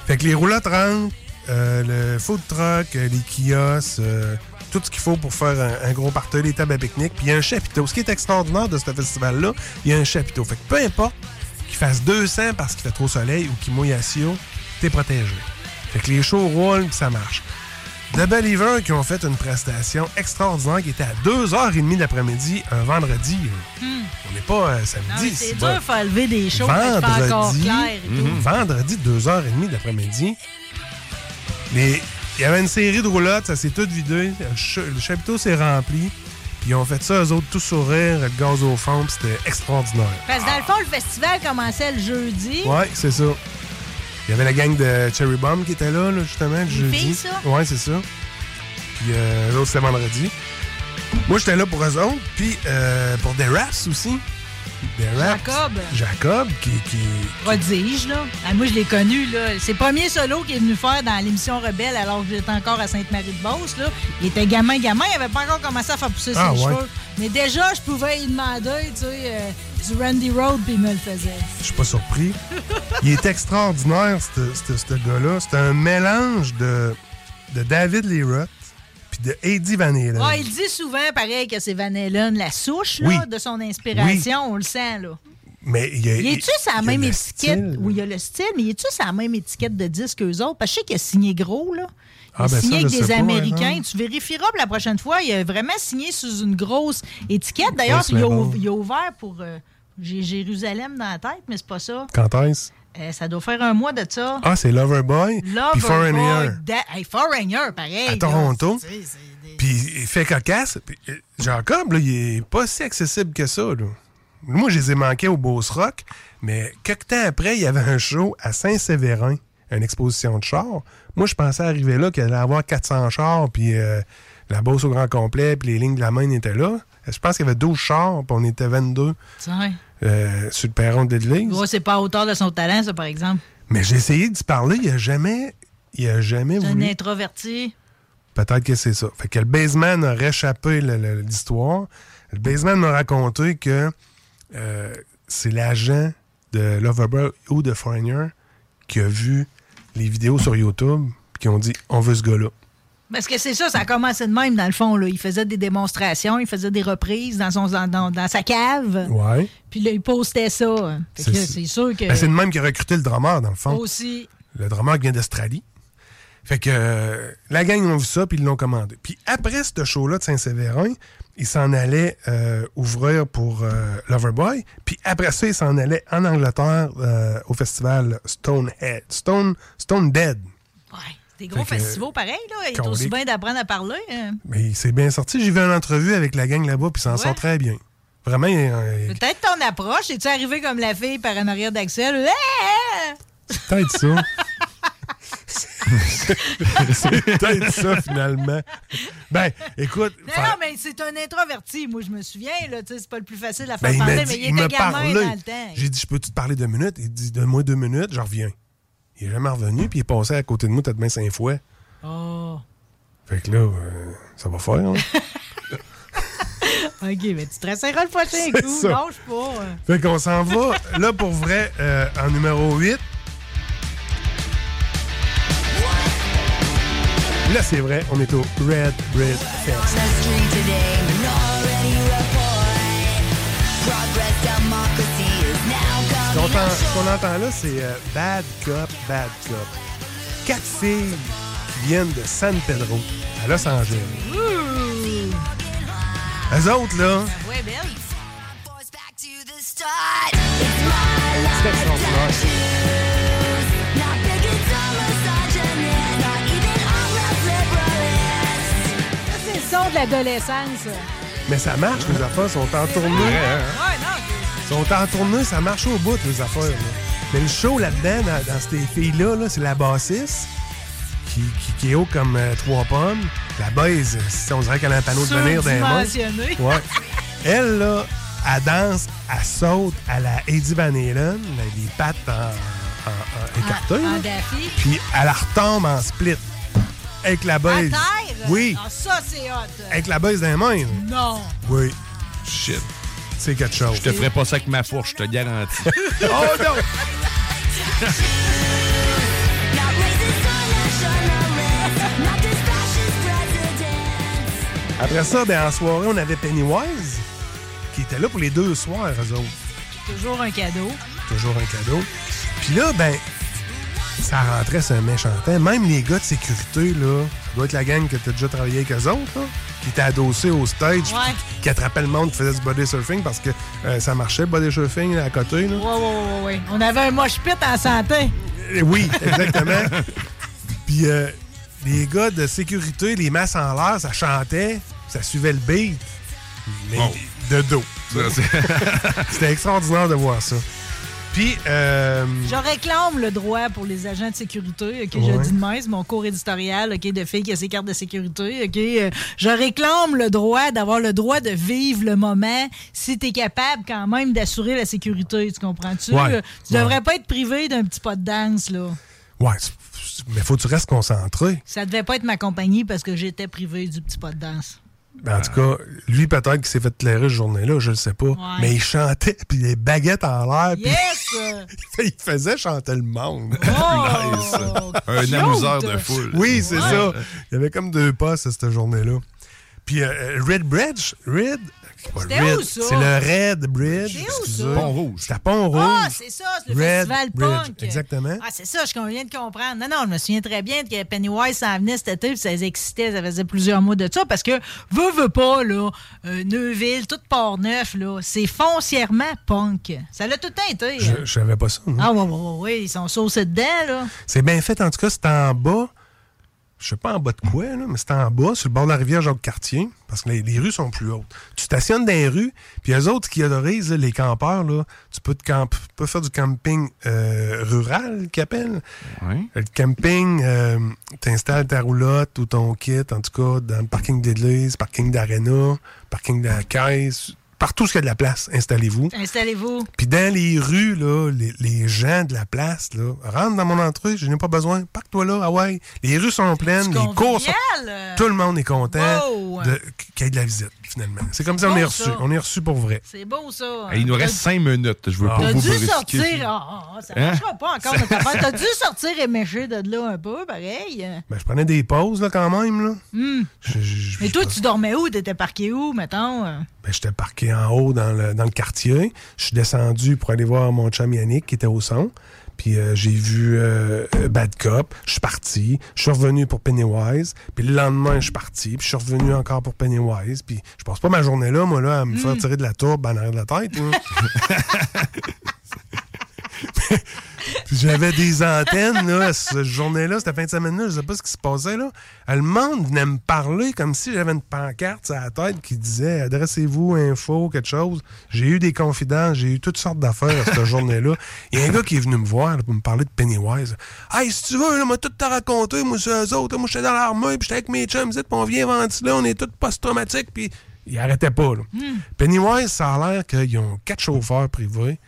[SPEAKER 3] Fait que les roulottes rentrent, euh, le food truck, euh, les kiosques, euh, tout ce qu'il faut pour faire un, un gros party, les tables à pique-nique. Puis il y a un chapiteau. Ce qui est extraordinaire de ce festival-là, il y a un chapiteau. Fait que peu importe qu'il fasse 200 parce qu'il fait trop soleil ou qu'il mouille à Sio, t'es protégé. Fait que les shows roulent, puis ça marche. The Believer qui ont fait une prestation extraordinaire qui était à 2h30 de l'après-midi, un vendredi. là. On n'est pas euh,
[SPEAKER 2] Hmm. Non,
[SPEAKER 3] samedi.
[SPEAKER 2] mais C'est
[SPEAKER 3] c'est
[SPEAKER 2] dur,
[SPEAKER 3] bon.
[SPEAKER 2] il faut lever des choses. c'est pas encore
[SPEAKER 3] Vendredi,
[SPEAKER 2] clair et tout.
[SPEAKER 3] Mhm. vendredi 2h30 de l'après-midi, les- il y avait une série de roulottes, ça s'est tout vidé, le, ch- le chapiteau s'est rempli, puis ils ont fait ça, eux autres, tout sourire, le gaz au fond, puis c'était extraordinaire.
[SPEAKER 2] Parce que dans le fond, le festival commençait le jeudi.
[SPEAKER 3] Ouais, c'est ça. Il y avait la gang de Cherry Bomb qui était là, là, justement, le jeudi.
[SPEAKER 2] filles, ça?
[SPEAKER 3] Ouais, c'est ça. Puis euh, eux autres, c'était vendredi. Moi, j'étais là pour eux autres, puis euh, pour des raps aussi. Des raps.
[SPEAKER 2] Jacob.
[SPEAKER 3] Jacob, qui, qui,
[SPEAKER 2] Prodige, là. Ah, moi, je l'ai connu, là. C'est le premier solo qu'il est venu faire dans l'émission Rebelle alors que j'étais encore à Sainte-Marie-de-Beauce, là. Il était gamin, gamin. Il avait pas encore commencé à faire pousser
[SPEAKER 3] Ah,
[SPEAKER 2] ses
[SPEAKER 3] ouais.
[SPEAKER 2] cheveux. Mais déjà, je pouvais lui demander, tu sais, euh, du Randy Road, puis il me le faisait.
[SPEAKER 3] Je suis pas surpris. Il est extraordinaire, ce- ce ce gars-là. C'est un mélange de, de David Lee Roth puis de Eddie Van Halen.
[SPEAKER 2] Ouais, il dit souvent, pareil, que c'est Van Halen, la souche, là,
[SPEAKER 3] Oui.
[SPEAKER 2] de son inspiration. On le sent, là.
[SPEAKER 3] Mais il a,
[SPEAKER 2] Il est-tu sa
[SPEAKER 3] il a
[SPEAKER 2] même
[SPEAKER 3] le
[SPEAKER 2] étiquette?
[SPEAKER 3] style.
[SPEAKER 2] Oui, il y a le style, mais il est-tu sa même étiquette de disque qu'eux autres? Parce que je sais qu'il a signé gros, là. Il
[SPEAKER 3] Ah,
[SPEAKER 2] a
[SPEAKER 3] ben ça,
[SPEAKER 2] signé
[SPEAKER 3] je
[SPEAKER 2] avec des
[SPEAKER 3] sais pas,
[SPEAKER 2] Américains.
[SPEAKER 3] hein.
[SPEAKER 2] Tu vérifieras pour la prochaine fois. Il a vraiment signé sous une grosse étiquette. D'ailleurs,
[SPEAKER 3] Grosse
[SPEAKER 2] il, a
[SPEAKER 3] label.
[SPEAKER 2] ouv- il a ouvert pour euh, J'ai Jérusalem dans la tête, mais c'est pas ça.
[SPEAKER 3] Quand est-ce?
[SPEAKER 2] Euh, ça doit faire un mois de ça.
[SPEAKER 3] Ah, c'est Loverboy.
[SPEAKER 2] Loverboy
[SPEAKER 3] Puis Foreigner.
[SPEAKER 2] da- hey, Foreigner, pareil.
[SPEAKER 3] à
[SPEAKER 2] là.
[SPEAKER 3] Toronto.
[SPEAKER 2] Tu sais, c'est-
[SPEAKER 3] Puis il fait cocasse. Puis, euh, Jacob, là, il est pas si accessible que ça. là. Moi, je les ai manqués au Beauce Rock, mais quelques temps après, il y avait un show à Saint-Séverin, une exposition de chars. Moi, je pensais arriver là qu'il allait avoir 400 chars, puis euh, la Beauce au grand complet, puis les lignes de la main étaient là. Je pense qu'il y avait 12 chars, puis on était 22
[SPEAKER 2] Tiens.
[SPEAKER 3] euh, sur le perron de l'église.
[SPEAKER 2] Gros, c'est pas à hauteur de son talent, ça, par exemple.
[SPEAKER 3] Mais j'ai essayé d'y parler, il a jamais, il a jamais
[SPEAKER 2] C'est un
[SPEAKER 3] voulu.
[SPEAKER 2] introverti.
[SPEAKER 3] Peut-être que c'est ça. Fait que le baseman a réchappé le- le- l'histoire. Le baseman m'a raconté que euh, c'est l'agent de Loverboy ou de Foreigner qui a vu les vidéos sur YouTube puis qui ont dit on veut ce gars-là.
[SPEAKER 2] Parce que c'est ça, ça a commencé de même, dans le fond. Là. Il faisait des démonstrations, il faisait des reprises dans, son, dans, dans- dans sa cave.
[SPEAKER 3] Ouais.
[SPEAKER 2] Puis là, il postait ça. Fait que là, C'est sûr que.
[SPEAKER 3] Ben, Oh. c'est le même qui a recruté le drummer, dans le fond.
[SPEAKER 2] Aussi.
[SPEAKER 3] Le drummer qui vient d'Australie. Fait que euh, la gang ils ont vu ça puis ils l'ont commandé. Puis après ce show-là de Saint-Séverin, ils s'en allaient euh, ouvrir pour euh, Loverboy. Puis après ça, ils s'en allaient en Angleterre euh, au festival Stonehead. Stone, Stone Dead.
[SPEAKER 2] Des gros
[SPEAKER 3] Fait que-
[SPEAKER 2] festivals, pareil, là. Il est
[SPEAKER 3] Qu'on
[SPEAKER 2] aussi
[SPEAKER 3] les-
[SPEAKER 2] bien d'apprendre à parler. hein.
[SPEAKER 3] Mais il s'est bien sorti. J'ai vu une entrevue avec la gang là-bas puis ils s'en sort très bien. Vraiment, il- il-
[SPEAKER 2] Peut-être ton approche, es-tu arrivé comme la fille par en arrière d'Axel? Eh, Ouais!
[SPEAKER 3] peut-être ça. C'est peut-être ça, finalement. Ben, écoute...
[SPEAKER 2] Non,
[SPEAKER 3] fa-
[SPEAKER 2] non, mais c'est un introverti. Moi, je me souviens, là, tu sais, c'est pas le plus facile à faire
[SPEAKER 3] Ben, il
[SPEAKER 2] parler,
[SPEAKER 3] m'a
[SPEAKER 2] mais
[SPEAKER 3] dit,
[SPEAKER 2] il
[SPEAKER 3] il m'a
[SPEAKER 2] était gamin
[SPEAKER 3] parlé.
[SPEAKER 2] dans le temps.
[SPEAKER 3] J'ai dit, je peux-tu te parler deux minutes? Il dit, donne-moi deux minutes, je reviens. Il est jamais revenu, puis il est passé à côté de moi peut-être bien cinq fois.
[SPEAKER 2] Oh.
[SPEAKER 3] Fait que là, euh, ça va faire. hein?
[SPEAKER 2] OK, mais tu te resteras le prochain
[SPEAKER 3] C'est
[SPEAKER 2] coup.
[SPEAKER 3] ça.
[SPEAKER 2] Lâche pas. hein.
[SPEAKER 3] fait qu'on s'en va, là, pour vrai, euh, en numéro 8. Là, c'est vrai, on est au Red Red Fest. Ce qu'on entend, ce qu'on entend là, c'est euh, Bad Cop, Bad Cop. Quatre filles qui viennent de San Pedro, à Los Angeles. Elles autres, là,
[SPEAKER 2] Ouais, belle.
[SPEAKER 3] c'est extraordinaire.
[SPEAKER 2] Ça, c'est le son de l'adolescence.
[SPEAKER 3] Mais ça marche, les affaires sont en tournée.
[SPEAKER 4] hein.
[SPEAKER 2] Ouais, non.
[SPEAKER 3] sont en tournée, ça marche au bout, les affaires. là. Mais le show là-dedans, dans, dans ces filles-là, là, c'est la bassiste qui, qui, qui est haut comme euh, trois pommes. La base, si on dirait qu'elle a un panneau de venir d'un mains.
[SPEAKER 2] Surdimensionnée.
[SPEAKER 3] Ouais. Elle, là, elle danse, elle saute à la Eddie Van Halen, elle a des pattes en, en- en- écartées.
[SPEAKER 2] Ah, En
[SPEAKER 3] là.
[SPEAKER 2] Daffy.
[SPEAKER 3] Puis elle retombe en split avec la
[SPEAKER 2] À
[SPEAKER 3] base.
[SPEAKER 2] terre.
[SPEAKER 3] Oui,
[SPEAKER 2] Ah, ça, c'est hot.
[SPEAKER 3] avec la base d'un main.
[SPEAKER 2] Non.
[SPEAKER 3] Oui,
[SPEAKER 4] Shit.
[SPEAKER 3] c'est quelque chose.
[SPEAKER 4] Je te ferai pas ça avec ma fourche, je te garantis.
[SPEAKER 3] Oh non! Après ça, ben, en soirée, on avait Pennywise, qui était là pour les deux soirs, eux autres.
[SPEAKER 2] Toujours un cadeau.
[SPEAKER 3] Toujours un cadeau. Puis là, ben, ça rentrait sur un méchant temps. Même les gars de sécurité, là, ça doit être la gang que t'as déjà travaillé avec eux autres, là, qui étaient adossés au stage,
[SPEAKER 2] Ouais.
[SPEAKER 3] puis qui attrapait le monde qui faisait du body surfing parce que euh, ça marchait, le body surfing, là, à côté, là.
[SPEAKER 2] Ouais, ouais, ouais, ouais. On avait un moche pit en santé.
[SPEAKER 3] Euh, Oui, exactement. Puis euh, les gars de sécurité, les masses en l'air, ça chantait, ça suivait le beat, mais
[SPEAKER 4] Bon.
[SPEAKER 3] de dos.
[SPEAKER 4] Ça, c'est-
[SPEAKER 3] C'était extraordinaire de voir ça. Puis, euh,
[SPEAKER 2] Je réclame le droit pour les agents de sécurité, OK,
[SPEAKER 3] Ouais.
[SPEAKER 2] je dis de même, c'est mon cours éditorial, OK, de filles qui a ses cartes de sécurité, OK. euh, Je réclame le droit d'avoir le droit de vivre le moment si tu es capable quand même d'assurer la sécurité, tu comprends-tu?
[SPEAKER 3] Ouais.
[SPEAKER 2] Tu devrais pas être privé d'un petit pas de danse, là.
[SPEAKER 3] ouais, c'est- c'est- mais faut que tu restes concentré.
[SPEAKER 2] Ça devait pas être ma compagnie parce que j'étais privé du petit pas de danse.
[SPEAKER 3] Ben, en tout cas, lui, peut-être qu'il s'est fait clairer cette journée-là, je le sais pas. Mais il chantait, puis les baguettes en l'air, puis
[SPEAKER 2] Yes!
[SPEAKER 3] il faisait chanter le monde.
[SPEAKER 2] Oh!
[SPEAKER 4] Un
[SPEAKER 2] Cute!
[SPEAKER 4] Oh, amuseur de foule.
[SPEAKER 3] Oui, c'est ça. Il y avait comme deux postes à cette journée-là. Puis euh, Red Bridge, Red, c'est pas
[SPEAKER 2] C'était
[SPEAKER 3] Red,
[SPEAKER 2] où, ça?
[SPEAKER 3] c'est le Red Bridge.
[SPEAKER 2] C'est où, ça?
[SPEAKER 3] excusez.
[SPEAKER 2] Pont
[SPEAKER 3] Rouge. C'est à Pont Rouge.
[SPEAKER 2] Ah, c'est ça, c'est le
[SPEAKER 3] Red
[SPEAKER 2] festival
[SPEAKER 3] Bridge,
[SPEAKER 2] punk.
[SPEAKER 3] Exactement.
[SPEAKER 2] Ah, c'est ça, je viens de comprendre. Non, non, je me souviens très bien que Pennywise s'en venait cet été, puis ça les excitait, ça faisait plusieurs mois de ça, parce que, veut, veut pas, là, euh, Neuville, tout Port-Neuf, là, c'est foncièrement punk. Ça l'a tout le temps été. hein.
[SPEAKER 3] Je, je savais pas ça. moi.
[SPEAKER 2] Ah, ouais, ouais, ouais, ouais, ils sont saucés dedans, là.
[SPEAKER 3] C'est bien fait, en tout cas, c'est en bas. Je sais pas en bas de quoi, là, mais c'est en bas, sur le bord de la rivière Jacques-Cartier, parce que les, les rues sont plus hautes. Tu stationnes dans les rues, puis eux autres qui autorisent, là, les campeurs, là, tu peux, te camp- tu peux faire du camping euh, rural, qu'ils appellent. Le camping, euh, t'installes ta roulotte ou ton kit, en tout cas, dans le parking d'église, parking d'arena, parking de la caisse, partout où il y a de la place, installez-vous.
[SPEAKER 2] Installez-vous.
[SPEAKER 3] Puis dans les rues, là, les, les gens de la place, là, rentre dans mon entrée, je n'ai pas besoin. Parque-toi là, ah ouais. Les rues sont pleines,
[SPEAKER 2] C'est
[SPEAKER 3] les cours sont.
[SPEAKER 2] convivial.
[SPEAKER 3] Tout le monde est content
[SPEAKER 2] Wow.
[SPEAKER 3] de- qu'il y ait de la visite, finalement. C'est comme ça qu'on
[SPEAKER 2] Bon,
[SPEAKER 3] est reçu.
[SPEAKER 2] ça.
[SPEAKER 3] On est reçu pour vrai.
[SPEAKER 2] C'est beau, ça.
[SPEAKER 4] Hey, il nous
[SPEAKER 2] T'as-
[SPEAKER 4] reste cinq minutes. Je veux pas
[SPEAKER 2] T'as
[SPEAKER 4] vous
[SPEAKER 2] dû
[SPEAKER 4] brusquer.
[SPEAKER 2] sortir. Ah, ah, ça
[SPEAKER 4] Hein?
[SPEAKER 2] marchera pas encore, notre affaire. T'as dû sortir et mécher de là un peu, pareil.
[SPEAKER 3] Ben, je prenais des pauses, là, quand même, là.
[SPEAKER 2] Hum.
[SPEAKER 3] Je- je- je-
[SPEAKER 2] Mais toi, tu dormais où? T'étais parqué où, mettons? euh?
[SPEAKER 3] Ben, j'étais parqué en haut dans le, dans le quartier. Je suis descendu pour aller voir mon chum Yannick qui était au son. Puis euh, j'ai vu euh, Bad Cop. Je suis parti. Je suis revenu pour Pennywise. Puis le lendemain, je suis parti. Puis je suis revenu encore pour Pennywise. Puis je passe pas ma journée là, moi, là, à me faire tirer de la tourbe en arrière de la tête. hein. Puis j'avais des antennes, là, cette journée-là, cette fin de semaine-là, je sais pas ce qui se passait, là. Euh, Le monde venait me parler comme si j'avais une pancarte sur la tête qui disait « Adressez-vous, info, quelque chose ». J'ai eu des confidences, j'ai eu toutes sortes d'affaires cette journée-là. Il y a un gars qui est venu me voir là, pour me parler de Pennywise. « Hey, si tu veux, là, m'a tout te raconté, moi, c'est eux autres, là. moi, j'étais dans l'armée, puis j'étais avec mes chums, zip, puis on vient ventiler, on est tous post-traumatiques, puis... » Il arrêtait pas, là. Pennywise, ça a l'air qu'ils ont quatre chauffeurs privés,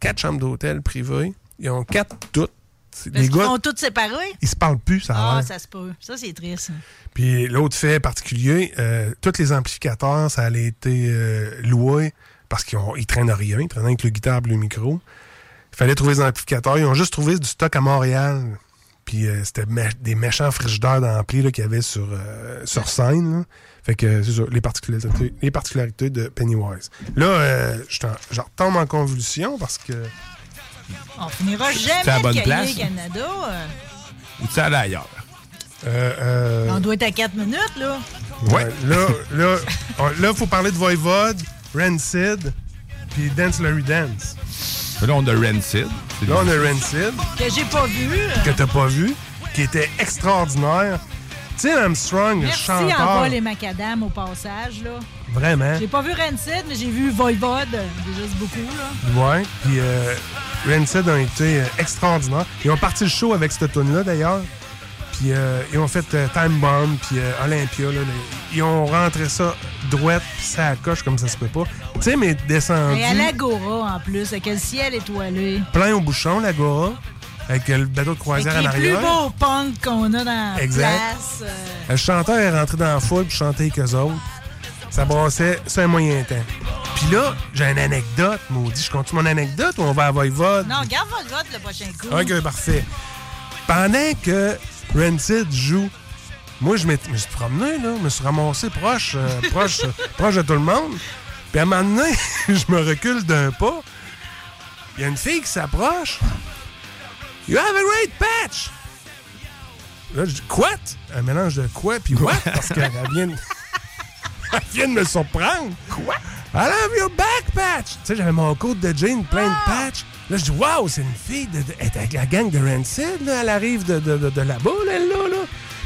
[SPEAKER 3] quatre chambres d'hôtel privées. Ils ont quatre toutes. C'est
[SPEAKER 2] Parce
[SPEAKER 3] Des
[SPEAKER 2] qu'ils
[SPEAKER 3] gars,
[SPEAKER 2] sont tous séparés?
[SPEAKER 3] ils se parlent plus, ça a
[SPEAKER 2] Ah,
[SPEAKER 3] l'air.
[SPEAKER 2] ça se peut. Ça, c'est triste.
[SPEAKER 3] Puis l'autre fait particulier, euh, tous les amplificateurs, ça allait être euh, loué parce qu'ils ont- ils traînent rien. Ils traînent avec le guitare et le micro. Il fallait trouver des amplificateurs. Ils ont juste trouvé du stock à Montréal. Puis euh, c'était mé- des méchants frigidaires d'ampli là, qu'il y avait sur, euh, sur scène. là. Fait que c'est ça, les particularités, les particularités de Pennywise. Là, euh, je t'en- je retombe en convulsion parce que...
[SPEAKER 2] On finira
[SPEAKER 4] C'est à la
[SPEAKER 2] jamais
[SPEAKER 4] bonne
[SPEAKER 2] de
[SPEAKER 4] place.
[SPEAKER 2] cahier Canada. euh.
[SPEAKER 4] Ou tu allais ailleurs.
[SPEAKER 3] euh, euh,
[SPEAKER 2] On doit être à 4 minutes, là.
[SPEAKER 3] Ouais. Là, là, on- là, faut parler de Voivod, Rancid, puis Dance Larry Dance.
[SPEAKER 4] Là, on a Rancid. C'est
[SPEAKER 3] Là, on a Rancid,
[SPEAKER 2] Que j'ai pas vu. euh.
[SPEAKER 3] que t'as pas vu, qui était extraordinaire. Tim Armstrong, le
[SPEAKER 2] Merci en bas
[SPEAKER 3] chanteur,
[SPEAKER 2] les macadam au passage, là.
[SPEAKER 4] Hein?
[SPEAKER 3] vraiment.
[SPEAKER 2] J'ai pas vu Rancid, mais j'ai vu Voivod. euh, Déjà, c'est beaucoup, là.
[SPEAKER 3] Ouais. Puis euh, Rancid ont été euh, extraordinaires. Ils ont parti le show avec cette tune là d'ailleurs. Puis euh, ils ont fait euh, Time Bomb, puis euh, Olympia. là, les- Ils ont rentré ça droite, puis ça coche comme ça se peut pas. Tim est descendu.
[SPEAKER 2] Et à l'Agora, en plus, avec le ciel étoilé.
[SPEAKER 3] plein au bouchon, l'Agora, avec euh, le bateau de
[SPEAKER 2] Avec
[SPEAKER 3] croisière en
[SPEAKER 2] les plus
[SPEAKER 3] arrière.
[SPEAKER 2] beaux punks qu'on a dans la
[SPEAKER 3] Exact.
[SPEAKER 2] place. euh,
[SPEAKER 3] Le chanteur est rentré dans la foule puis chantait avec eux autres. Ça brassait, c'est un moyen temps. Puis là, j'ai une anecdote, maudit. Je compte mon anecdote ou on va à Voivode?
[SPEAKER 2] Non, garde votre vote le prochain coup.
[SPEAKER 3] Ok, Ah, parfait. Pendant que Rancid joue, moi, je m'étais- je me suis promené, là, je me suis ramassé proche, euh, proche, euh, proche de tout le monde. Puis à un moment donné, je me recule d'un pas. Il y a une fille qui s'approche. You have a great patch! Là, je dis quoi? Un mélange de quoi puis what? Parce qu'elle vient, de... elle vient de me surprendre. Quoi? I love your back patch! Tu sais, j'avais mon coat de jean plein de patch. Là, je dis, waouh, c'est une fille de, de- elle est avec la gang de Rancid, là. Elle arrive de, de, de, de là-bas, là, elle, là, là.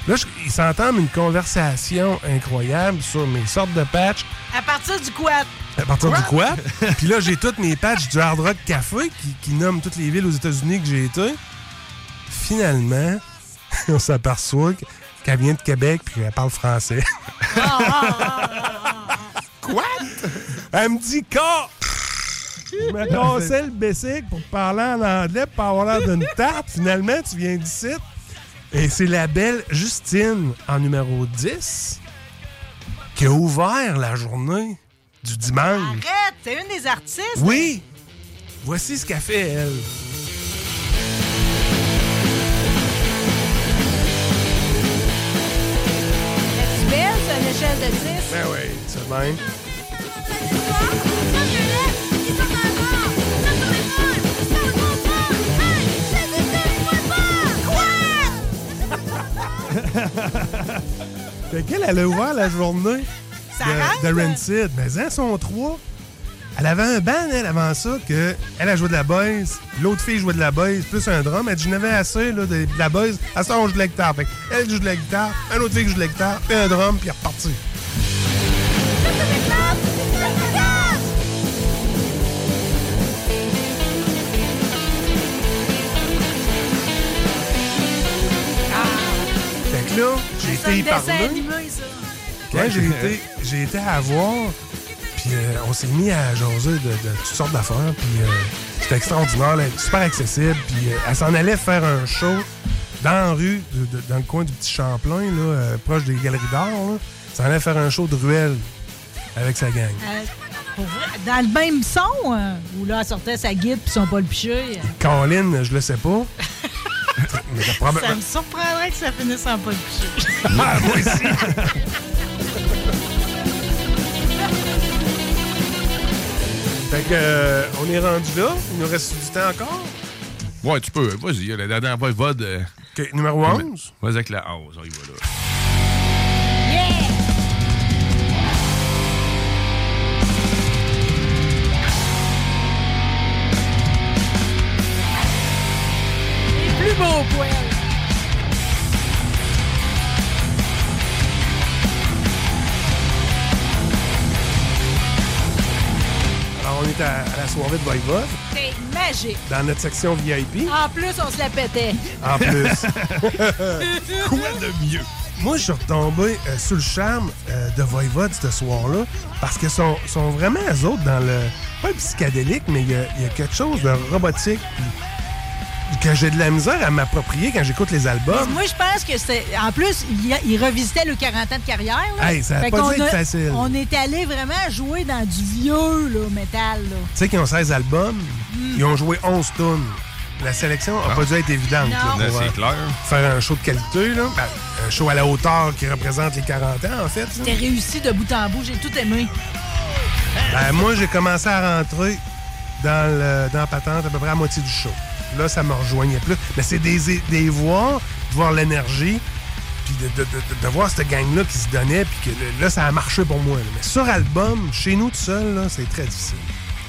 [SPEAKER 3] Là, je- ils s'entendent une conversation incroyable sur mes sortes de patchs.
[SPEAKER 2] À partir du quad.
[SPEAKER 3] À partir du quoi? Puis là, j'ai toutes mes patchs du Hard Rock Café qui, qui nomme toutes les villes aux États-Unis que j'ai été. Finalement, on s'aperçoit que- qu'elle vient de Québec puis qu'elle parle français. Quoi? Elle me dit quoi? Je me cassais le bessic pour parler en anglais pour avoir l'air d'une tarte. Finalement, tu viens d'ici. Et c'est la belle Justine en numéro 10 qui a ouvert la journée du dimanche.
[SPEAKER 2] Arrête, t'es une des artistes.
[SPEAKER 3] Oui! Voici ce qu'a fait elle.
[SPEAKER 2] La plus belle, c'est une échelle de 10.
[SPEAKER 3] Ben oui, c'est le même. Fait qu'elle, elle a ouvert la journée de, de Rancid. Mais elles sont trois. Elle avait un band, elle, avant ça, que elle a joué de la bass, l'autre fille jouait de la bass, plus un drum. Elle dit, je n'avais assez là, de, de la bass. À ça, on joue de la guitare. Fait elle joue de la guitare, un autre fille qui joue de la guitare, puis un drum, puis elle est repartie. Fait que là, j'ai
[SPEAKER 2] C'est un
[SPEAKER 3] été
[SPEAKER 2] dessin
[SPEAKER 3] parler.
[SPEAKER 2] animé, ça.
[SPEAKER 3] Quand j'ai été, j'ai été à voir, puis euh, on s'est mis à jaser de, de toutes sortes d'affaires, puis euh, c'était extraordinaire, là, super accessible, puis euh, elle s'en allait faire un show dans la rue, de- de- dans le coin du petit Champlain, là, euh, proche des galeries d'art, là. Elle s'en allait faire un show de ruelle avec sa gang.
[SPEAKER 2] Euh, pour vrai, dans le même son, euh, où là, elle sortait sa guide puis son Paul Piché.
[SPEAKER 3] Caroline, je le sais pas. mais t'as probable-
[SPEAKER 2] Ça me surprendrait que ça finisse en Paul Piché.
[SPEAKER 3] Ah, moi aussi. Fait que, euh, on est rendu là. Il nous reste du temps encore.
[SPEAKER 4] Ouais, tu peux. Vas-y, la dernière fois, va de.
[SPEAKER 3] OK, numéro 11.
[SPEAKER 4] Vas-y avec la 11, on y va là.
[SPEAKER 2] Plus beau poil.
[SPEAKER 3] Alors, on est à, à la soirée de Voivod,
[SPEAKER 2] C'est magique.
[SPEAKER 3] dans notre section VIP.
[SPEAKER 2] En plus, on se la pétait.
[SPEAKER 3] En plus,
[SPEAKER 4] Quoi de mieux?
[SPEAKER 3] moi, je suis retombé euh, sur le charme euh, de Voivod ce soir-là, parce que sont, sont vraiment eux autres dans le... Pas psychédélique, mais il y, a- il y a quelque chose de robotique puis- que j'ai de la misère à m'approprier quand j'écoute les albums.
[SPEAKER 2] Moi, je pense que c'est. En plus, il, a- il revisitait le 40 ans de carrière. là.
[SPEAKER 3] Hey, ça a pas
[SPEAKER 2] qu'on
[SPEAKER 3] dû être
[SPEAKER 2] a-
[SPEAKER 3] facile.
[SPEAKER 2] On est allé vraiment jouer dans du vieux là, métal. Là.
[SPEAKER 3] Tu sais qu'ils ont 16 albums, ils ont joué 11 tunes. La sélection n'a pas dû être évidente. là,
[SPEAKER 4] Là,
[SPEAKER 3] pour, euh,
[SPEAKER 4] Ah. c'est clair.
[SPEAKER 3] faire un show de qualité, là. Ben, un show à la hauteur qui représente les 40 ans, en fait. là.
[SPEAKER 2] T'es réussi de bout en bout, j'ai tout aimé.
[SPEAKER 3] Ben, moi, j'ai commencé à rentrer dans, le, dans la patente à peu près à moitié du show. Là, ça me rejoignait plus. Mais c'est des, des voix, de voir l'énergie, puis de, de- de- de voir cette gang-là qui se donnait, puis que le- là, ça a marché pour moi. là. Mais sur album, chez nous tout seul, là, c'est très difficile.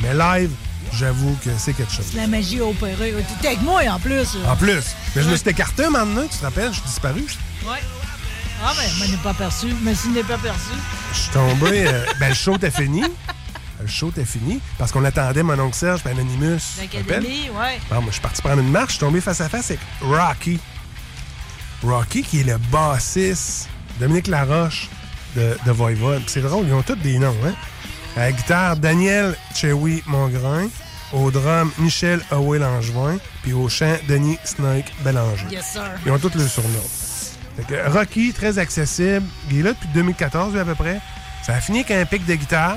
[SPEAKER 3] Mais live, j'avoue que c'est quelque chose.
[SPEAKER 2] La magie a opéré. T'étais avec moi en plus. là.
[SPEAKER 3] En plus, mais je me suis écarté maintenant, tu te rappelles, je suis disparu.
[SPEAKER 2] Ouais. Ah, ben, je m'en ai pas perçu. Mais s'il n'est pas perçu.
[SPEAKER 3] Je suis tombé. euh, ben, le show était fini. Le show était fini parce qu'on attendait mon oncle Serge, ben Anonymous. tu te rappelles?
[SPEAKER 2] L'académie, ouais.
[SPEAKER 3] Bon, Ah, moi, je suis parti prendre une marche. Je suis tombé face à face avec Rocky. Rocky, qui est le bassiste, Dominique Laroche de, de Voivode. Puis C'est drôle, ils ont tous des noms. Hein? À la guitare, Daniel Chewy Mongrain. Au drum, Michel Howey Langevin. Puis au chant, Denis Snake Bélanger.
[SPEAKER 2] Yes, sir.
[SPEAKER 3] Ils ont tous le surnom. Fait que Rocky, très accessible. Il est là depuis 2014, lui, à peu près. Ça a fini avec un pic de guitare.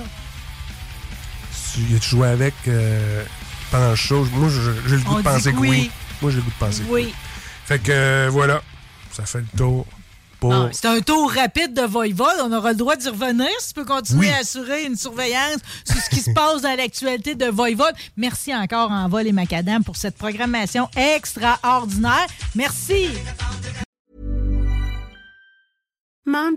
[SPEAKER 3] Tu, il a joué avec euh, pendant le show. Moi, je- j'ai le goût
[SPEAKER 2] On
[SPEAKER 3] de penser
[SPEAKER 2] dit
[SPEAKER 3] que
[SPEAKER 2] oui.
[SPEAKER 3] oui. Moi, j'ai le goût de penser que oui.
[SPEAKER 2] Oui.
[SPEAKER 3] Fait que euh, voilà, ça fait le tour pour...
[SPEAKER 2] Ah, C'est un tour rapide de Voivode. On aura le droit d'y revenir si tu peux continuer
[SPEAKER 3] Oui.
[SPEAKER 2] à assurer une surveillance sur ce qui se passe dans l'actualité de Voivode. Merci encore, Envol et Macadam, pour cette programmation extraordinaire. Merci.
[SPEAKER 8] Mom